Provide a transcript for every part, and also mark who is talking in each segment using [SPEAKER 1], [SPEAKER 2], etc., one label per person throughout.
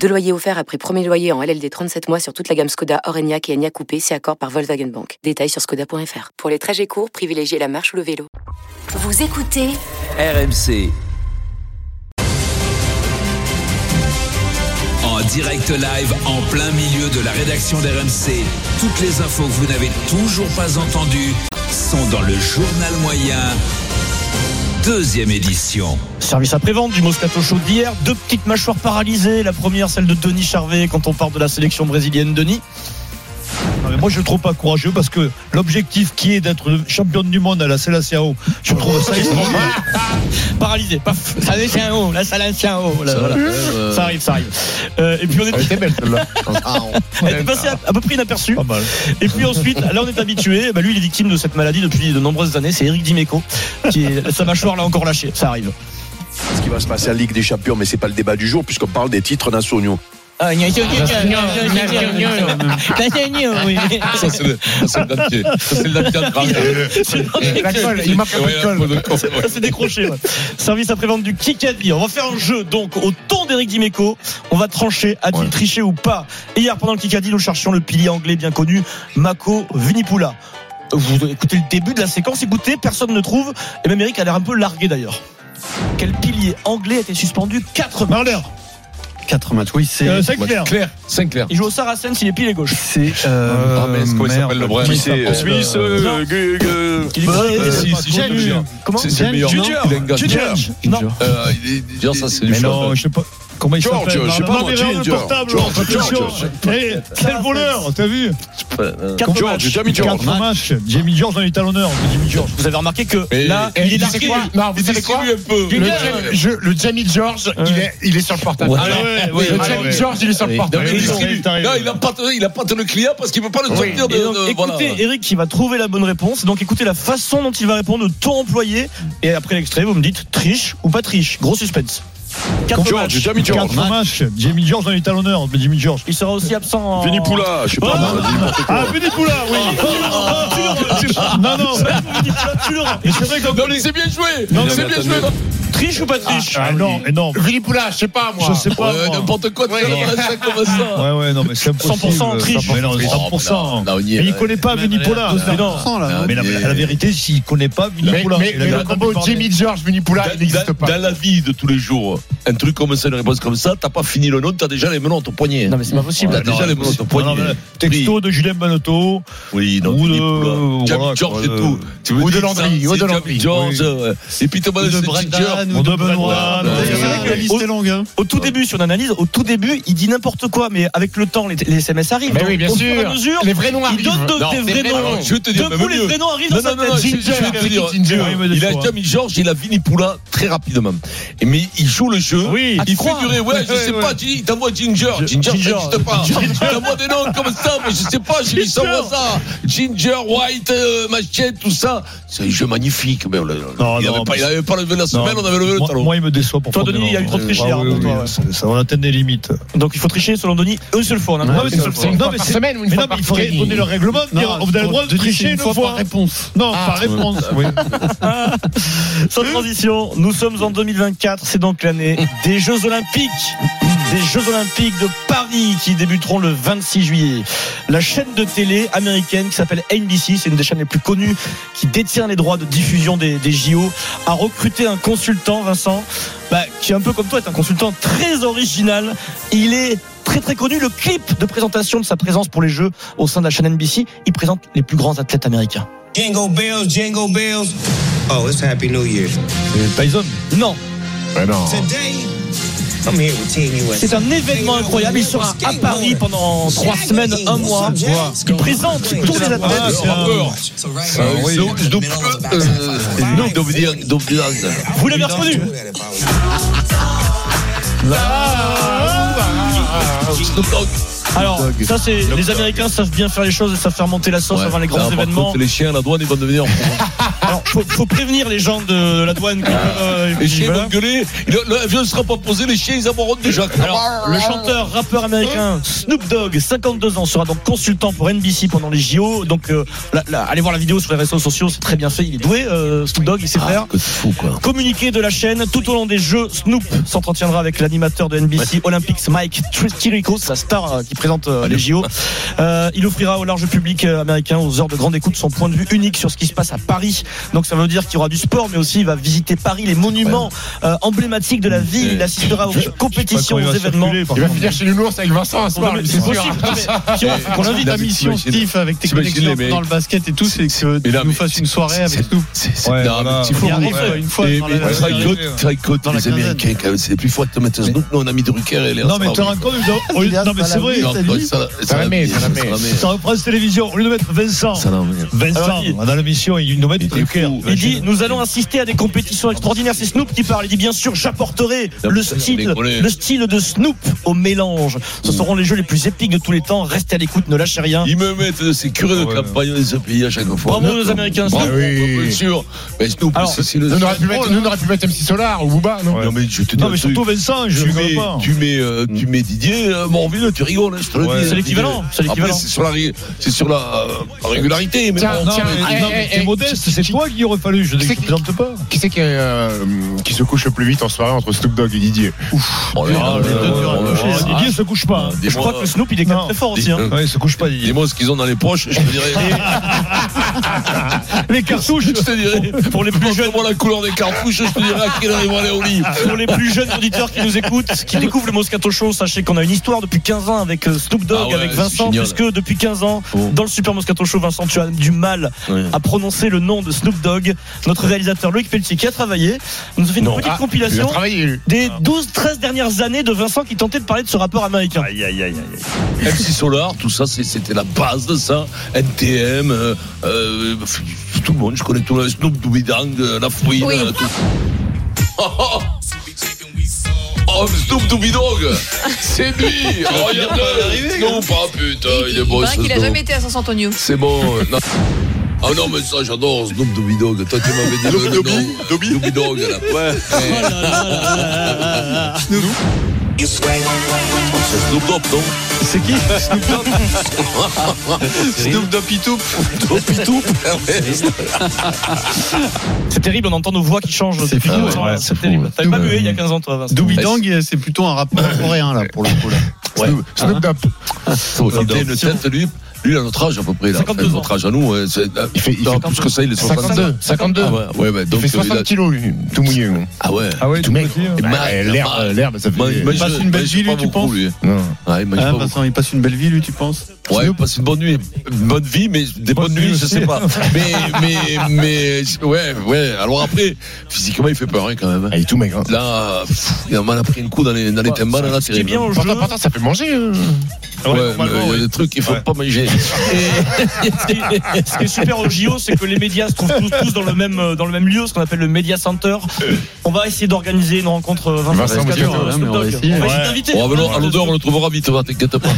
[SPEAKER 1] Deux loyers offerts après premier loyer en LLD 37 mois sur toute la gamme Skoda, Orenia et Enya Coupé, si accord par Volkswagen Bank. Détails sur skoda.fr. Pour les trajets courts, privilégiez la marche ou le vélo.
[SPEAKER 2] Vous écoutez
[SPEAKER 3] RMC. En direct live, en plein milieu de la rédaction d'RMC, toutes les infos que vous n'avez toujours pas entendues sont dans le journal moyen. Deuxième édition.
[SPEAKER 4] Service après-vente du Moscato Show d'hier. Deux petites mâchoires paralysées. La première, celle de Denis Charvet, quand on parle de la sélection brésilienne Denis.
[SPEAKER 5] Non, mais moi, je le trouve pas courageux parce que l'objectif qui est d'être championne du monde à la Selassiao, je trouve ça extraordinaire.
[SPEAKER 4] Paralysé, paf, ça tient haut, là ça la tient haut. Là,
[SPEAKER 6] Ça,
[SPEAKER 4] voilà.
[SPEAKER 6] euh,
[SPEAKER 4] ça arrive, ça arrive. Euh, et puis on
[SPEAKER 6] Elle
[SPEAKER 4] est,
[SPEAKER 6] était belle celle-là. Ah, on-
[SPEAKER 4] elle est passée à, à peu près inaperçue.
[SPEAKER 5] Pas mal.
[SPEAKER 4] Et puis ensuite, là on est habitué, bah, lui il est victime de cette maladie depuis de nombreuses années, c'est Eric Dimeco, qui est- sa mâchoire l'a encore lâché, ça arrive.
[SPEAKER 7] ce qui va se passer en Ligue des Champions, mais c'est pas le débat du jour puisqu'on parle des titres nationaux.
[SPEAKER 4] Ah,
[SPEAKER 8] Ça, c'est le, c'est le dentier. Ça, c'est le dentier de Grave.
[SPEAKER 6] La colle, il m'a pas
[SPEAKER 8] Ouais,
[SPEAKER 6] de colle.
[SPEAKER 8] un peu de colle,
[SPEAKER 4] Ça,
[SPEAKER 8] ouais.
[SPEAKER 4] ça s'est décroché. ouais. Service après-vente du Kikadi. On va faire un jeu donc au ton d'Eric Dimeco. On va trancher, a-t-il
[SPEAKER 8] Ouais.
[SPEAKER 4] triché ou pas Et Hier, pendant le Kikadi, nous cherchions le pilier anglais bien connu, Mako Vinipula. Vous écoutez le début de la séquence, écoutez, personne ne trouve. Et même Eric a l'air un peu largué d'ailleurs. Quel pilier anglais a été suspendu 4 matchs
[SPEAKER 5] Marler,
[SPEAKER 6] 4 matchs, oui, c'est.
[SPEAKER 5] euh, Sinclair.
[SPEAKER 8] Claire, Sinclair.
[SPEAKER 4] Il joue au Saracens, il est pilier gauche.
[SPEAKER 6] C'est. Euh,
[SPEAKER 8] Ah, mais comment il s'appelle, le Brest
[SPEAKER 6] merde,
[SPEAKER 8] Oui,
[SPEAKER 7] Qui c'est
[SPEAKER 6] comment il
[SPEAKER 4] Eh
[SPEAKER 6] s'appelle,
[SPEAKER 7] Smith,
[SPEAKER 6] euh,
[SPEAKER 7] euh, Gu- Gu-
[SPEAKER 4] ben, Il est
[SPEAKER 5] Bah,
[SPEAKER 4] pilier,
[SPEAKER 5] euh,
[SPEAKER 4] c'est
[SPEAKER 8] si,
[SPEAKER 4] pas
[SPEAKER 8] si,
[SPEAKER 4] connu.
[SPEAKER 8] je le jure.
[SPEAKER 4] Comment
[SPEAKER 8] C'est c'est le meilleur.
[SPEAKER 7] Junior.
[SPEAKER 8] Il a une gosse.
[SPEAKER 7] Junior.
[SPEAKER 4] Non.
[SPEAKER 6] Ginger.
[SPEAKER 8] Euh, il- il-
[SPEAKER 6] Ginger, ça, c'est du
[SPEAKER 8] Mais
[SPEAKER 6] choix.
[SPEAKER 8] non,
[SPEAKER 5] Non, je sais pas. Comment il
[SPEAKER 7] George,
[SPEAKER 5] s'appelle
[SPEAKER 7] je sais
[SPEAKER 5] Marler
[SPEAKER 7] pas
[SPEAKER 5] Non,
[SPEAKER 7] moi,
[SPEAKER 5] mais regarde
[SPEAKER 7] Ginger.
[SPEAKER 5] le portable.
[SPEAKER 7] George,
[SPEAKER 5] attention.
[SPEAKER 7] George.
[SPEAKER 5] Eh, Quel voleur, t'as vu
[SPEAKER 4] Quatre
[SPEAKER 7] George,
[SPEAKER 4] matchs.
[SPEAKER 7] Jamie George.
[SPEAKER 5] Quatre matchs. Jimmy George dans les talonneurs. Jimmy George.
[SPEAKER 4] Vous avez remarqué que
[SPEAKER 8] Mais-
[SPEAKER 4] là,
[SPEAKER 8] Eh,
[SPEAKER 4] il est
[SPEAKER 8] tu sais
[SPEAKER 4] largué.
[SPEAKER 8] quoi
[SPEAKER 6] Non, vous
[SPEAKER 8] Il
[SPEAKER 6] savez quoi
[SPEAKER 8] distribue un peu.
[SPEAKER 6] le, Jamie- je- le Jamie George, il, est, il est sur le portable.
[SPEAKER 4] Ouais.
[SPEAKER 6] Alors,
[SPEAKER 5] Ah ouais,
[SPEAKER 4] ouais,
[SPEAKER 6] le
[SPEAKER 4] ouais,
[SPEAKER 6] Jamie
[SPEAKER 5] ouais.
[SPEAKER 6] George, il est sur le
[SPEAKER 4] Oui.
[SPEAKER 8] Non,
[SPEAKER 6] portable.
[SPEAKER 8] mais il
[SPEAKER 5] T'arrives,
[SPEAKER 8] distribue.
[SPEAKER 5] t'arrives.
[SPEAKER 8] Non, il empâte, il empâte le client parce qu'il ne veut pas le
[SPEAKER 6] Oui.
[SPEAKER 8] sortir de.
[SPEAKER 4] Et donc,
[SPEAKER 8] de- Euh, voilà.
[SPEAKER 4] écoutez, Eric qui va trouver la bonne réponse. Donc, écoutez la façon dont il va répondre, le ton employé. Et après l'extrait, vous me dites triche ou pas triche. Gros suspense. Quatre matchs.
[SPEAKER 7] George, Jamie George.
[SPEAKER 5] Quatre matchs. Jimmy George dans les talonneurs. mais Jimmy George.
[SPEAKER 4] Il sera aussi absent. en-
[SPEAKER 7] Vinny Poula, je sais pas.
[SPEAKER 5] Ah,
[SPEAKER 7] moi, dis n'importe quoi.
[SPEAKER 5] Ah, Vinny Poula, oui.
[SPEAKER 6] Ah,
[SPEAKER 5] Non, non.
[SPEAKER 4] Tu l'auras, tu l'auras.
[SPEAKER 5] Mais c'est vrai qu'en-
[SPEAKER 8] Non, mais c'est bien joué.
[SPEAKER 5] Non,
[SPEAKER 8] c'est
[SPEAKER 5] mais
[SPEAKER 8] bien joué.
[SPEAKER 4] Triche ou pas triche
[SPEAKER 5] Ah, non, et non.
[SPEAKER 6] Vinny Poula, je sais pas moi.
[SPEAKER 5] Je sais pas.
[SPEAKER 8] Ouais,
[SPEAKER 5] moi.
[SPEAKER 8] N'importe quoi, tu
[SPEAKER 6] Ouais.
[SPEAKER 8] vas dans la salle comme ça.
[SPEAKER 5] Ouais, ouais, non, mais c'est impossible.
[SPEAKER 4] 100% triche.
[SPEAKER 5] Mais non, 100%.
[SPEAKER 8] Là, on y
[SPEAKER 5] Mais
[SPEAKER 8] est.
[SPEAKER 5] il connaît pas Vinny Poula. Mais non. Mais la, la vérité, s'il connaît pas Vinny
[SPEAKER 6] Mais,
[SPEAKER 5] Poula,
[SPEAKER 6] mais-
[SPEAKER 5] il a
[SPEAKER 6] mais
[SPEAKER 5] bien
[SPEAKER 6] le
[SPEAKER 5] entendu
[SPEAKER 6] combo
[SPEAKER 5] parler.
[SPEAKER 6] Jamie George, Vinny Poula, il n'existe
[SPEAKER 8] Dans-
[SPEAKER 6] pas.
[SPEAKER 8] Dans la vie de tous les jours, un truc comme ça, une réponse comme ça, t'as pas fini le nom, t'as déjà les melons au poignet.
[SPEAKER 4] Non, mais c'est pas possible.
[SPEAKER 8] T'as déjà les melons au poignet.
[SPEAKER 5] Non, non, mais Texto de Julien Manotto.
[SPEAKER 8] Oui, non,
[SPEAKER 5] Ou
[SPEAKER 8] Philippe,
[SPEAKER 5] de-
[SPEAKER 8] là. Jamie
[SPEAKER 5] voilà,
[SPEAKER 8] George et
[SPEAKER 5] quoi,
[SPEAKER 8] tout. Tu me
[SPEAKER 6] ou de
[SPEAKER 8] dis que
[SPEAKER 6] Landry,
[SPEAKER 8] ça,
[SPEAKER 6] ou
[SPEAKER 8] c'est
[SPEAKER 6] de Landry,
[SPEAKER 8] Jamie George,
[SPEAKER 6] oui.
[SPEAKER 8] euh, et puis t'as pas
[SPEAKER 6] de
[SPEAKER 8] de
[SPEAKER 6] Brandon,
[SPEAKER 5] ou de
[SPEAKER 4] Ah,
[SPEAKER 5] Benoît.
[SPEAKER 8] Ouais,
[SPEAKER 5] C'est vrai que la liste
[SPEAKER 4] Au-
[SPEAKER 5] est longue. hein.
[SPEAKER 4] Au tout début, si on analyse, au tout début, il dit n'importe quoi, mais avec le temps, les, les SMS arrivent.
[SPEAKER 6] Mais
[SPEAKER 4] Donc,
[SPEAKER 6] oui, bien
[SPEAKER 4] au fur et à
[SPEAKER 6] sûr.
[SPEAKER 4] mesure,
[SPEAKER 6] Les vrais noms
[SPEAKER 4] il donne
[SPEAKER 6] arrivent.
[SPEAKER 4] de-
[SPEAKER 8] Non,
[SPEAKER 4] des
[SPEAKER 8] les
[SPEAKER 4] vrais
[SPEAKER 8] vrais
[SPEAKER 4] noms.
[SPEAKER 8] noms. Je vais te dire,
[SPEAKER 4] D'un
[SPEAKER 8] mais
[SPEAKER 4] coup,
[SPEAKER 8] même
[SPEAKER 4] les
[SPEAKER 8] mieux.
[SPEAKER 4] vrais noms arrivent
[SPEAKER 8] Non,
[SPEAKER 4] dans sa
[SPEAKER 8] non, non,
[SPEAKER 4] tête.
[SPEAKER 8] je- je vais te dire,
[SPEAKER 6] Ginger.
[SPEAKER 5] Oui, mais des
[SPEAKER 8] Il a
[SPEAKER 5] fois.
[SPEAKER 8] Jamie George, il a Vini Poula très rapidement. Et mais il joue le jeu.
[SPEAKER 5] Ah Oui.
[SPEAKER 8] Il fait durer. Ouais, je
[SPEAKER 5] Ouais,
[SPEAKER 8] sais
[SPEAKER 5] ouais.
[SPEAKER 8] pas. tu dis, Il t'envoie Ginger. Ginger, ça
[SPEAKER 5] Ginger.
[SPEAKER 8] n'existe pas. Il t'envoie des noms comme ça, mais je sais pas. Je lui envoie ça. Ginger, White, euh, Machette, tout ça. C'est un jeu magnifique. Mais on l'a-
[SPEAKER 5] Non,
[SPEAKER 8] il
[SPEAKER 5] non,
[SPEAKER 8] avait pas,
[SPEAKER 5] mais-
[SPEAKER 8] il avait pas levé la semaine,
[SPEAKER 5] Non.
[SPEAKER 8] on avait levé le
[SPEAKER 5] Moi,
[SPEAKER 8] talon.
[SPEAKER 5] moi, il me déçoit pour
[SPEAKER 4] Toi,
[SPEAKER 5] Fabien.
[SPEAKER 4] Denis, il y a une trop triche
[SPEAKER 5] Ah,
[SPEAKER 4] hier,
[SPEAKER 5] oui,
[SPEAKER 4] pour
[SPEAKER 5] oui,
[SPEAKER 4] toi,
[SPEAKER 5] oui,
[SPEAKER 4] ouais.
[SPEAKER 5] ça- ça- On atteint des limites.
[SPEAKER 4] Donc, il faut tricher, selon Denis, une seule fois. On a le droit
[SPEAKER 5] mais
[SPEAKER 4] d'une
[SPEAKER 5] c'est-
[SPEAKER 4] seule
[SPEAKER 5] c'est-
[SPEAKER 4] fois.
[SPEAKER 5] non,
[SPEAKER 6] Par
[SPEAKER 5] mais c'est-
[SPEAKER 6] semaine ou une
[SPEAKER 5] Mais
[SPEAKER 6] fois
[SPEAKER 5] non, mais
[SPEAKER 6] par
[SPEAKER 5] il faudrait
[SPEAKER 6] week-end.
[SPEAKER 5] donner le règlement. de dire, Vous avez le droit de
[SPEAKER 6] Denis, c'est
[SPEAKER 5] tricher une fois.
[SPEAKER 6] par réponse.
[SPEAKER 5] Non,
[SPEAKER 6] Ah,
[SPEAKER 5] par
[SPEAKER 6] ouais.
[SPEAKER 5] réponse.
[SPEAKER 4] Sans transition, nous sommes en 2024, c'est donc l'année des Jeux Olympiques. Des Jeux Olympiques de Paris qui débuteront le 26 juillet. La chaîne de télé américaine qui s'appelle NBC, c'est une des chaînes les plus connues qui détient les droits de diffusion des, des JO, a recruté un consultant, Vincent, bah, qui est un peu comme toi, est un consultant très original. Il est très très connu. Le clip de présentation de sa présence pour les Jeux au sein de la chaîne NBC, il présente les plus grands athlètes américains.
[SPEAKER 9] Jingle bells, jingle bells. Oh, it's Happy New Year.
[SPEAKER 5] Tyson.
[SPEAKER 4] Non,
[SPEAKER 6] Mais non.
[SPEAKER 9] Today, I'm here with Team USA.
[SPEAKER 4] C'est un événement incroyable. Il sera à Paris pendant trois semaines, un mois. Il présente tous les
[SPEAKER 5] Ah,
[SPEAKER 4] athlètes.
[SPEAKER 5] c'est un-
[SPEAKER 8] Rappeur. Euh,
[SPEAKER 5] oui.
[SPEAKER 8] Zou- Zou- euh, Zou- Doubdian- Doubdian.
[SPEAKER 4] Vous l'avez reconnu
[SPEAKER 8] Doubdian.
[SPEAKER 4] Alors, ça, c'est les Américains savent bien faire les choses et savent faire monter la sauce
[SPEAKER 8] Ouais,
[SPEAKER 4] avant les
[SPEAKER 8] là,
[SPEAKER 4] grands
[SPEAKER 8] par
[SPEAKER 4] événements.
[SPEAKER 8] contre, les Ah. chiens à la douane, ils vont devenir.
[SPEAKER 4] Alors, faut, faut prévenir les gens de la douane. qui, euh,
[SPEAKER 8] Les
[SPEAKER 4] qui
[SPEAKER 8] chiens
[SPEAKER 4] veulent.
[SPEAKER 8] vont gueuler, le- le- l'avion ne sera pas posé, les chiens ils aborderont déjà.
[SPEAKER 4] Alors, le chanteur, rappeur américain Snoop Dogg, 52 ans, sera donc consultant pour NBC pendant les JO. Donc, euh, là, là, allez voir la vidéo sur les réseaux sociaux, c'est très bien fait. Il est doué, euh, Snoop Dogg, il sait faire.
[SPEAKER 8] Ah, fou quoi.
[SPEAKER 4] Communiqué de la chaîne, tout au long des Jeux, Snoop s'entretiendra avec l'animateur de NBC Olympics, Mike Chirico, la star euh, qui présente euh, les JO. Euh, il offrira au large public euh, américain aux heures de grande écoute son point de vue unique sur ce qui se passe à Paris. Donc ça veut dire qu'il y aura du sport, mais aussi il va visiter Paris, les monuments euh, emblématiques de la ville. Il assistera aux compétitions, aux événements.
[SPEAKER 6] Il va finir chez l'ours avec Vincent à ce soir, lui, c'est sûr.
[SPEAKER 5] Qu'on invite à mission Steve avec tes
[SPEAKER 8] T'imagines les
[SPEAKER 5] connexions
[SPEAKER 8] mecs.
[SPEAKER 5] dans le basket et tout, c'est que
[SPEAKER 8] Mais là,
[SPEAKER 5] tu nous
[SPEAKER 8] mais
[SPEAKER 5] fasses
[SPEAKER 8] c'est-
[SPEAKER 5] une soirée
[SPEAKER 8] c'est-
[SPEAKER 5] avec nous.
[SPEAKER 8] C'est
[SPEAKER 2] Ouais,
[SPEAKER 8] non,
[SPEAKER 2] voilà.
[SPEAKER 8] mais il faut
[SPEAKER 5] Il
[SPEAKER 8] qu'on-
[SPEAKER 5] arrive euh, une fois.
[SPEAKER 8] Et-
[SPEAKER 5] dans
[SPEAKER 8] mais
[SPEAKER 5] la-
[SPEAKER 8] Traicot, Traicot,
[SPEAKER 5] Dans la
[SPEAKER 8] les
[SPEAKER 5] quinzaine.
[SPEAKER 8] Américains, quand même, c'est les plus forts de mettre un Snoop. Nous, on a mis Drucker et les
[SPEAKER 5] Non, mais tu te rends compte,
[SPEAKER 4] Ah,
[SPEAKER 5] au lieu- non, mais c'est vrai,
[SPEAKER 8] Ça
[SPEAKER 5] t'as vu
[SPEAKER 6] Ça la met, ça la met.
[SPEAKER 5] sur la presse télévision, au lieu de mettre Vincent,
[SPEAKER 8] Ça la met.
[SPEAKER 5] Vincent,
[SPEAKER 4] Alors, il-
[SPEAKER 5] dans l'émission, ils nous mettent
[SPEAKER 8] était
[SPEAKER 5] Drucker.
[SPEAKER 8] fou.
[SPEAKER 4] Il dit nous allons assister à des compétitions extraordinaires. C'est Snoop qui parle. Il dit bien sûr j'apporterai le style, le style de Snoop au mélange. Ce seront les jeux les plus épiques de tous les temps. Restez à l'écoute, ne lâchez rien.
[SPEAKER 8] Ils me mettent de ces curieux de
[SPEAKER 2] Ouais.
[SPEAKER 8] campagne de ce pays à chaque fois.
[SPEAKER 4] Bravo aux Américains.
[SPEAKER 8] Bravo,
[SPEAKER 4] Snoop.
[SPEAKER 8] bien sûr. Mais Snoop,
[SPEAKER 4] Alors,
[SPEAKER 8] c'est c'est le.
[SPEAKER 6] Nous, Ah on aurait pu
[SPEAKER 8] Oh,
[SPEAKER 6] mettre- nous, on aurait pu mettre MC Solar ou Booba, non
[SPEAKER 8] Non, mais je te dis.
[SPEAKER 5] Non,
[SPEAKER 8] un
[SPEAKER 5] mais
[SPEAKER 8] truc.
[SPEAKER 5] surtout Vincent, je
[SPEAKER 8] tu
[SPEAKER 5] rigole
[SPEAKER 8] mets,
[SPEAKER 5] pas.
[SPEAKER 8] tu mets, euh, tu mets Didier euh, Morville, tu rigoles, hein, je te le
[SPEAKER 2] Ouais.
[SPEAKER 8] dis.
[SPEAKER 4] C'est l'équivalent, c'est
[SPEAKER 8] Après,
[SPEAKER 4] l'équivalent.
[SPEAKER 8] C'est sur la, ré- c'est sur la, euh, la régularité. Mais
[SPEAKER 6] Tiens,
[SPEAKER 8] bon.
[SPEAKER 6] tiens, eh,
[SPEAKER 5] Non, mais
[SPEAKER 6] eh,
[SPEAKER 5] t'es
[SPEAKER 6] eh,
[SPEAKER 5] modeste, c'est toi qui aurait fallu, je ne
[SPEAKER 6] C'est-
[SPEAKER 5] te présente pas.
[SPEAKER 6] Qui c'est qui, euh, qui se couche le plus vite en soirée entre Snoop Dogg et Didier
[SPEAKER 8] Oh là là,
[SPEAKER 5] Les deux
[SPEAKER 8] oh
[SPEAKER 5] durs à
[SPEAKER 8] là
[SPEAKER 5] coucher.
[SPEAKER 8] là.
[SPEAKER 5] Didier se couche pas. hein.
[SPEAKER 8] Des
[SPEAKER 4] Je crois
[SPEAKER 8] mois-
[SPEAKER 4] que Snoop il est quand même
[SPEAKER 5] Non.
[SPEAKER 4] très fort
[SPEAKER 8] Des-
[SPEAKER 4] aussi. hein.
[SPEAKER 5] Ouais, il se couche pas, Didier.
[SPEAKER 8] euh, Dis-moi ce qu'ils ont dans les poches, je te dirais.
[SPEAKER 5] Les cartouches.
[SPEAKER 8] je te dirais.
[SPEAKER 4] Pour les plus jeunes,
[SPEAKER 8] Montre-moi la couleur des cartouches, je te dirais à quelle heure ils vont aller au lit.
[SPEAKER 4] pour les plus jeunes auditeurs qui nous écoutent, qui découvrent le Moscato Show, sachez qu'on a une histoire depuis 15 ans avec euh, Snoop Dogg,
[SPEAKER 8] Ah ouais,
[SPEAKER 4] avec
[SPEAKER 8] c'est
[SPEAKER 4] Vincent,
[SPEAKER 8] génial.
[SPEAKER 4] puisque depuis 15 ans,
[SPEAKER 8] Oh.
[SPEAKER 4] dans le Super Moscato Show, Vincent, tu as du mal
[SPEAKER 8] Ouais.
[SPEAKER 4] à prononcer le nom de Snoop Dogg. Notre réalisateur Loïc Pelletier, qui a travaillé, nous a fait une petite
[SPEAKER 6] Ah, Il a
[SPEAKER 4] compilation
[SPEAKER 6] travaillé, lui.
[SPEAKER 4] des 12-13 dernières années de Vincent qui tentait de parler de ce rappeur américain.
[SPEAKER 8] MC Solar, tout ça, c'est- c'était la base de ça. NTM, euh, euh, tout le monde, je connais tout le monde. Snoop Doggy Dang, euh, la fouine, euh, tout. Oh, oh. Oh, Snoop Doggy Dog C'est lui Oh, il y en a Non, pas putain, il est beau ce
[SPEAKER 10] qu'il a
[SPEAKER 8] Snoop.
[SPEAKER 10] jamais été à San Antonio.
[SPEAKER 8] C'est bon. euh, non. Ah non, mais ça, j'adore Snoop Doggy Dog. Toi, tu m'avais dit le nom. Dobby Doggy Dog, là. Ouais. C'est Snoop Dogg, non
[SPEAKER 5] C'est qui
[SPEAKER 8] Snoop Doggy Toop. Dopey Toop.
[SPEAKER 4] C'est terrible, on entend nos voix qui changent.
[SPEAKER 5] C'est
[SPEAKER 4] depuis
[SPEAKER 5] fou,
[SPEAKER 4] 15 ans,
[SPEAKER 2] ouais,
[SPEAKER 4] là.
[SPEAKER 2] c'est
[SPEAKER 4] C'est
[SPEAKER 2] fou,
[SPEAKER 4] terrible.
[SPEAKER 2] ouais.
[SPEAKER 4] T'avais pas mué il y a 15 ans, toi, Vincent.
[SPEAKER 5] Doubi Dang, c'est plutôt un rappeur coréen, là, pour le coup. là.
[SPEAKER 6] Snoop- Snoop Dogg.
[SPEAKER 8] Il a une tête, lui. Lui, à notre âge, à peu près. Là.
[SPEAKER 4] 52
[SPEAKER 8] Enfin, notre âge à nous. ouais, c'est-
[SPEAKER 6] Il fait, il
[SPEAKER 8] Non,
[SPEAKER 6] fait
[SPEAKER 8] plus que ça, il est
[SPEAKER 6] 52.
[SPEAKER 8] 62.
[SPEAKER 6] 52.
[SPEAKER 8] Ah ouais, ouais, ouais,
[SPEAKER 6] Il
[SPEAKER 8] donc,
[SPEAKER 6] fait
[SPEAKER 8] euh, il a-
[SPEAKER 6] 60 kilos, lui, tout mouillé. lui.
[SPEAKER 8] Ah ouais.
[SPEAKER 2] Ah ouais,
[SPEAKER 6] Tout mec.
[SPEAKER 8] Et
[SPEAKER 6] Bah,
[SPEAKER 8] ma-
[SPEAKER 6] L'herbe,
[SPEAKER 8] ma-
[SPEAKER 6] euh, l'herbe, ça fait.
[SPEAKER 8] ma- imagine-
[SPEAKER 5] passe une belle
[SPEAKER 8] imagine
[SPEAKER 5] vie, lui,
[SPEAKER 8] pas
[SPEAKER 5] tu
[SPEAKER 8] beaucoup,
[SPEAKER 5] penses
[SPEAKER 8] lui.
[SPEAKER 6] Non.
[SPEAKER 8] Ouais, imagine
[SPEAKER 5] Hein,
[SPEAKER 8] pas
[SPEAKER 5] Vincent, il passe une belle vie, lui, tu penses
[SPEAKER 8] beaucoup. Ouais, passe une bonne nuit. Une bonne vie, mais des bonnes
[SPEAKER 5] nuit
[SPEAKER 8] nuits, je
[SPEAKER 5] aussi.
[SPEAKER 8] sais pas. Mais, mais, mais, ouais, ouais. Alors après, physiquement, il fait peur, hein, quand même.
[SPEAKER 6] Ah, Il est tout maigre. hein.
[SPEAKER 8] Là, pff, il a mal pris un coup dans les, dans les timbales, là,
[SPEAKER 4] Ce qui est bien au jeu,
[SPEAKER 6] Pourtant, pourtant, ça fait manger. euh.
[SPEAKER 8] Ouais, mais
[SPEAKER 5] normalement,
[SPEAKER 8] il y a des trucs qu'il faut
[SPEAKER 2] Ouais.
[SPEAKER 8] pas manger.
[SPEAKER 4] ce qui est- ce qui est super au JO, c'est que les médias se trouvent tous, tous dans, le même, euh, dans le même lieu, ce qu'on appelle le Media Center. On va essayer d'organiser une rencontre euh, Vincent,
[SPEAKER 6] Vincent
[SPEAKER 4] Moscato,
[SPEAKER 6] Moscato,
[SPEAKER 4] euh,
[SPEAKER 6] hein,
[SPEAKER 4] Snoop
[SPEAKER 5] mais on va
[SPEAKER 4] Dogg.
[SPEAKER 5] essayer.
[SPEAKER 4] On va essayer
[SPEAKER 5] Ouais.
[SPEAKER 4] d'inviter.
[SPEAKER 8] Bon, mais non, à l'odeur, on le trouvera vite, va, t'inquiète pas.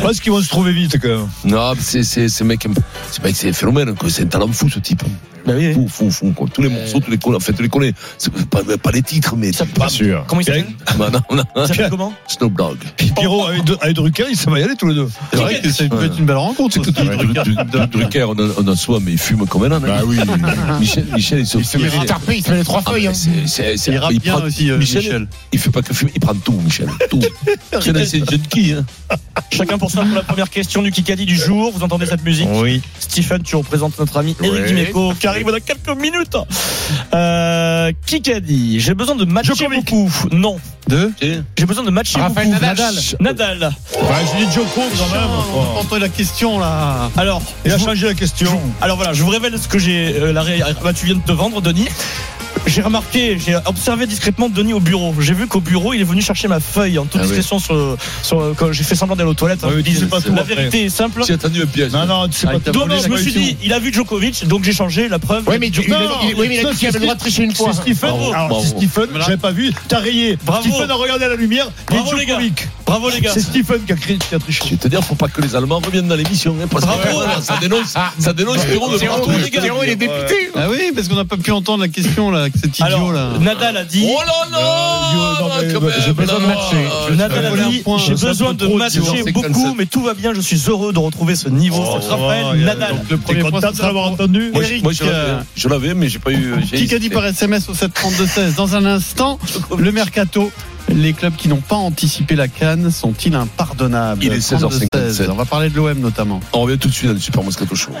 [SPEAKER 5] Parce qu'ils vont se trouver vite, quand même.
[SPEAKER 8] Non, mais c'est, c'est, c'est mec, c'est mec, c'est phénomène, quoi. c'est un talent fou, ce type.
[SPEAKER 4] Bah oui, oui.
[SPEAKER 8] Fou, fou, fou, quoi. Tous les morceaux, tous les cons, en fait, tous les connaît. C'est pas, pas les titres, mais.
[SPEAKER 4] Ça-
[SPEAKER 8] Pas-
[SPEAKER 6] Bien sûr.
[SPEAKER 4] Comment il s'appelle
[SPEAKER 8] Bah, non, non,
[SPEAKER 4] Il s'appelle comment
[SPEAKER 8] Snoop Dogg.
[SPEAKER 5] Pierrot avec, Dru- avec Drucker, ils savent y aller tous les deux. C'est vrai que ça peut être une belle rencontre. ça.
[SPEAKER 8] Dru- Dru- Dru- Drucker, on en- on en soit, mais il fume comme un âne. hein.
[SPEAKER 6] Bah oui.
[SPEAKER 8] Michel, Michel, il se
[SPEAKER 6] Il se met les tarpés, il se met les trois
[SPEAKER 8] Ah,
[SPEAKER 6] feuilles.
[SPEAKER 8] mais
[SPEAKER 6] hein.
[SPEAKER 8] c'est- c'est- c'est-
[SPEAKER 5] Il rappe
[SPEAKER 8] il
[SPEAKER 5] bien
[SPEAKER 8] prend-
[SPEAKER 5] aussi, euh,
[SPEAKER 8] Michel,
[SPEAKER 5] Michel.
[SPEAKER 8] il fait pas que fumer, il prend tout, Michel. Tout. Tiens, là, c'est une jeune qui, hein.
[SPEAKER 4] Chacun pour ça pour la première question du Kikadi du jour. Vous entendez cette musique
[SPEAKER 5] Oui.
[SPEAKER 4] Stephen, tu représentes notre ami Eric
[SPEAKER 6] Ouais.
[SPEAKER 4] Dimeco qui arrive dans quelques minutes. Euh, Kikadi, j'ai besoin de matcher beaucoup. Non,
[SPEAKER 5] Deux.
[SPEAKER 8] Tiens.
[SPEAKER 4] j'ai besoin de matcher
[SPEAKER 6] Raphaël
[SPEAKER 4] beaucoup.
[SPEAKER 6] Nadal.
[SPEAKER 4] Nadal.
[SPEAKER 5] Bah, je dis Joko, quand même. On entend la question, là.
[SPEAKER 4] Alors,
[SPEAKER 5] Il a
[SPEAKER 4] je vous-
[SPEAKER 5] changé la question.
[SPEAKER 4] Alors voilà, je vous révèle ce que j'ai. euh, la ré- bah, tu viens de te vendre, Denis. J'ai remarqué, j'ai observé discrètement Denis au bureau. J'ai vu qu'au bureau, il est venu chercher ma feuille en toute
[SPEAKER 8] Ah oui.
[SPEAKER 4] discrétion sur, sur- quand j'ai fait semblant d'aller aux toilettes. hein,
[SPEAKER 7] Ouais,
[SPEAKER 4] je dis,
[SPEAKER 7] c'est pas tout
[SPEAKER 4] La
[SPEAKER 7] après.
[SPEAKER 4] vérité est simple.
[SPEAKER 8] J'ai attendu un piège.
[SPEAKER 7] Non, non, tu sais
[SPEAKER 8] Ah,
[SPEAKER 7] pas.
[SPEAKER 8] t'as
[SPEAKER 4] Donc,
[SPEAKER 8] volé la
[SPEAKER 4] je me suis
[SPEAKER 8] collection.
[SPEAKER 4] dit, il a vu Djokovic, donc j'ai changé. La preuve.
[SPEAKER 6] Oui, mais il- il
[SPEAKER 7] Non,
[SPEAKER 6] a- il- oui, mais il a
[SPEAKER 7] ça,
[SPEAKER 6] dit qu'il avait
[SPEAKER 7] c'est
[SPEAKER 6] le droit de tricher une fois.
[SPEAKER 7] C'est Stephen.
[SPEAKER 8] Bravo.
[SPEAKER 7] Alors, c'est
[SPEAKER 8] Bravo.
[SPEAKER 7] Stephen, j'avais pas vu. T'as rayé.
[SPEAKER 4] Bravo.
[SPEAKER 7] Stephen a regardé à la lumière.
[SPEAKER 4] Bravo,
[SPEAKER 7] et
[SPEAKER 4] les gars.
[SPEAKER 7] Djokovic.
[SPEAKER 4] Bravo les gars.
[SPEAKER 7] C'est Stephen qui a, cri- qui a triché.
[SPEAKER 8] Je vais te dire, faut pas que les Allemands reviennent dans l'émission. hein, parce que
[SPEAKER 4] Bravo.
[SPEAKER 8] voilà, ça dénonce, ça dénonce Pierrot de
[SPEAKER 6] Zéro,
[SPEAKER 8] partout, les gars.
[SPEAKER 6] Zéro, il est député.
[SPEAKER 5] Ah oui, parce qu'on n'a pas pu entendre la question là, avec cet idiot
[SPEAKER 4] Alors,
[SPEAKER 5] là.
[SPEAKER 4] Nadal a dit.
[SPEAKER 8] Oh là là
[SPEAKER 7] Euh, yo, non, mais,
[SPEAKER 8] quand
[SPEAKER 7] bah,
[SPEAKER 8] même,
[SPEAKER 7] j'ai besoin de
[SPEAKER 8] non,
[SPEAKER 7] matcher.
[SPEAKER 8] euh,
[SPEAKER 7] Je-
[SPEAKER 4] Nadal
[SPEAKER 7] Voilà
[SPEAKER 4] a
[SPEAKER 7] un
[SPEAKER 4] dit
[SPEAKER 7] point.
[SPEAKER 4] J'ai
[SPEAKER 7] Ça,
[SPEAKER 4] besoin
[SPEAKER 7] c'est
[SPEAKER 4] de
[SPEAKER 7] trop
[SPEAKER 8] dur,
[SPEAKER 4] matcher
[SPEAKER 8] c'est
[SPEAKER 4] beaucoup,
[SPEAKER 8] 57.
[SPEAKER 4] mais tout va bien. Je suis heureux de retrouver ce niveau.
[SPEAKER 8] Oh,
[SPEAKER 4] C'est
[SPEAKER 8] oh,
[SPEAKER 4] Raphaël
[SPEAKER 7] il y a-
[SPEAKER 4] Nadal.
[SPEAKER 7] Le
[SPEAKER 5] T'es
[SPEAKER 7] premier point,
[SPEAKER 5] content
[SPEAKER 7] c'est de l'avoir entendu.
[SPEAKER 8] Moi, je,
[SPEAKER 5] Eric,
[SPEAKER 8] moi, je l'avais-
[SPEAKER 5] euh,
[SPEAKER 8] je l'avais, mais j'ai pas eu. j'ai
[SPEAKER 5] Qui a dit
[SPEAKER 8] hésité.
[SPEAKER 5] par SMS au 732-16 Dans un instant, le mercato. Les clubs qui n'ont pas anticipé la canne sont-ils impardonnables
[SPEAKER 8] Il est 16h57.
[SPEAKER 5] 32-16. On va parler de l'OM notamment.
[SPEAKER 8] On revient tout de suite dans le Super Moscato Show.